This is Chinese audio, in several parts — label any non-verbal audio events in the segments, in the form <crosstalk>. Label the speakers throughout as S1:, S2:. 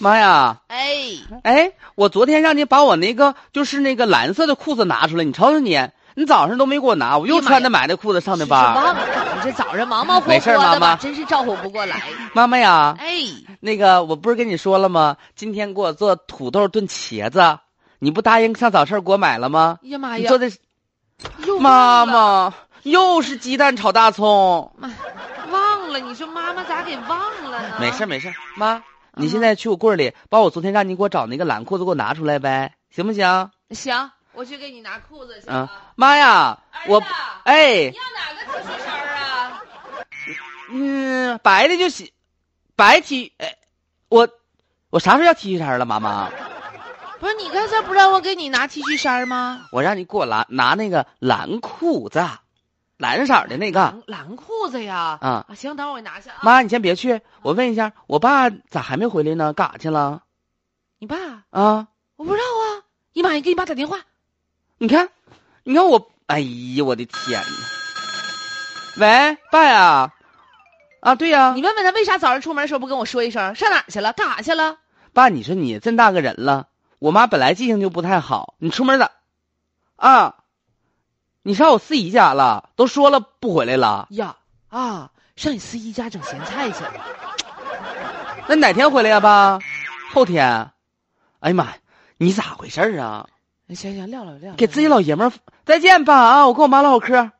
S1: 妈呀！
S2: 哎，
S1: 哎，我昨天让你把我那个就是那个蓝色的裤子拿出来，你瞅瞅你，你早上都没给我拿，我又穿着买的裤子上的
S2: 是忘
S1: 班。
S2: 了，你这早上忙忙活
S1: 没
S2: 活
S1: 事儿妈
S2: 的
S1: 妈
S2: 吧，真是照顾不过来。
S1: 妈妈呀，
S2: 哎，
S1: 那个我不是跟你说了吗？今天给我做土豆炖茄子，你不答应上早市给我买了吗？
S2: 哎呀妈
S1: 你
S2: 呀
S1: 做，的是
S2: 又
S1: 妈
S2: 忘了，
S1: 妈又是鸡蛋炒大葱。
S2: 忘了，你说妈妈咋给忘了呢？
S1: 没事儿没事儿，妈，你
S2: 嗯
S1: 现在去我柜儿里把我昨天让你给我找那个蓝裤子给我拿出来呗，行不行？
S2: 行，我去给你拿裤子去
S1: 啊
S2: 啊。
S1: 妈呀，我
S2: 儿子，
S1: 哎
S2: 你。要哪个 T 恤衫儿啊？
S1: 嗯，白的就洗，白 T，哎，我我啥时候要 T 恤衫了，妈妈？
S2: 不是你刚才不让我给你拿 T 恤衫儿吗？
S1: 我让你给我拿拿那个蓝裤子，蓝色的那个。
S2: 蓝蓝裤子呀。
S1: 啊
S2: 啊，行，等会儿我拿去啊。
S1: 妈，你先别去，我问一下，我爸咋还没回来呢？干啥去了？
S2: 你爸，
S1: 啊，
S2: 我不知道啊。你妈，你给你爸打电话。
S1: 你看，你看我，哎呀，我的天呐！喂，爸呀，啊，对呀
S2: 你，问问他为啥早上出门的时候不跟我说一声，上哪儿去了，干啥去了？
S1: 爸，你说你这么大个人了，我妈本来记性就不太好，你出门咋？啊，你上我四姨家了，都说了不回来了，
S2: 呀啊，上你四姨家整咸菜去了。
S1: 那哪天回来呀、爸？后天？哎呀妈呀，你咋回事儿啊？
S2: 哎行行，撂了撂了。
S1: 给自己老爷们儿再见爸啊！我跟我妈唠会儿嗑。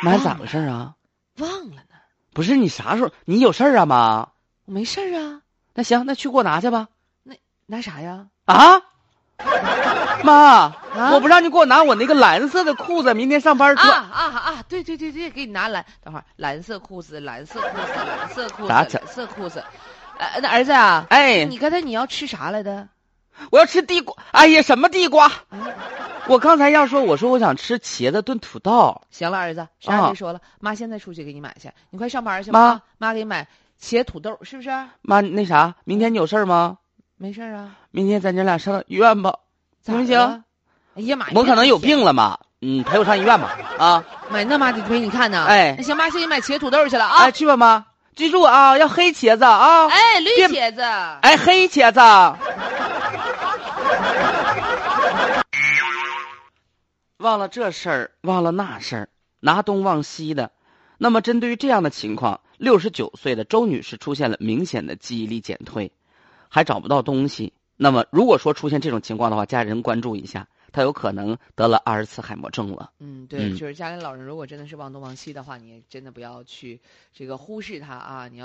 S1: 妈，咋回事儿啊？
S2: 忘了呢，
S1: 不是你啥时候？你有事儿啊，妈？
S2: 我没事儿啊。
S1: 那行，那去给我拿去吧。
S2: 拿啥呀？
S1: 啊，妈，
S2: 啊
S1: 我不让你给我拿我那个蓝色的裤子，明天上班
S2: 啊
S1: 穿。
S2: 啊啊！对对对对，给你拿蓝，等会儿蓝色裤子，蓝色裤子，蓝
S1: 打
S2: 色裤子，
S1: 起来
S2: 蓝色裤子。呃，那儿子啊，
S1: 哎，
S2: 你刚才你要吃啥来的？
S1: 我要吃地瓜。哎呀，什么地瓜？
S2: 啊，
S1: 我刚才要说，我说我想吃茄子炖土豆。
S2: 行了，儿子，啥也
S1: 啊
S2: 别说了，妈现在出去给你买去，你快上班去
S1: 妈
S2: 吧。啊妈给你买茄土豆，是不是？
S1: 妈，那啥，明天你有事儿吗？
S2: 没事儿啊，
S1: 明天咱娘俩上医院吧。
S2: 咋
S1: 行不
S2: 的了
S1: 行？
S2: 哎呀妈呀！
S1: 我可能有
S2: 别
S1: 病了，妈。嗯，陪我上医院吧。啊，
S2: 买那妈得陪你看呢。
S1: 哎
S2: 那行，妈先去买茄土豆去了啊
S1: 哎，。去吧，妈。记住啊，要黑茄子啊。
S2: 哎，绿
S1: 别
S2: 茄子。
S1: 哎，黑茄子。 <laughs> 忘了这事儿，忘了那事儿，拿东忘西的。那么，针对于这样的情况，六十九岁的周女士出现了明显的记忆力减退，还找不到东西。那么，如果说出现这种情况的话，家人关注一下，她有可能得了阿尔茨海默症了。
S2: 嗯，对，
S1: 嗯
S2: 就是家里老人如果真的是忘东忘西的话，你也真的不要去这个忽视他啊，你要。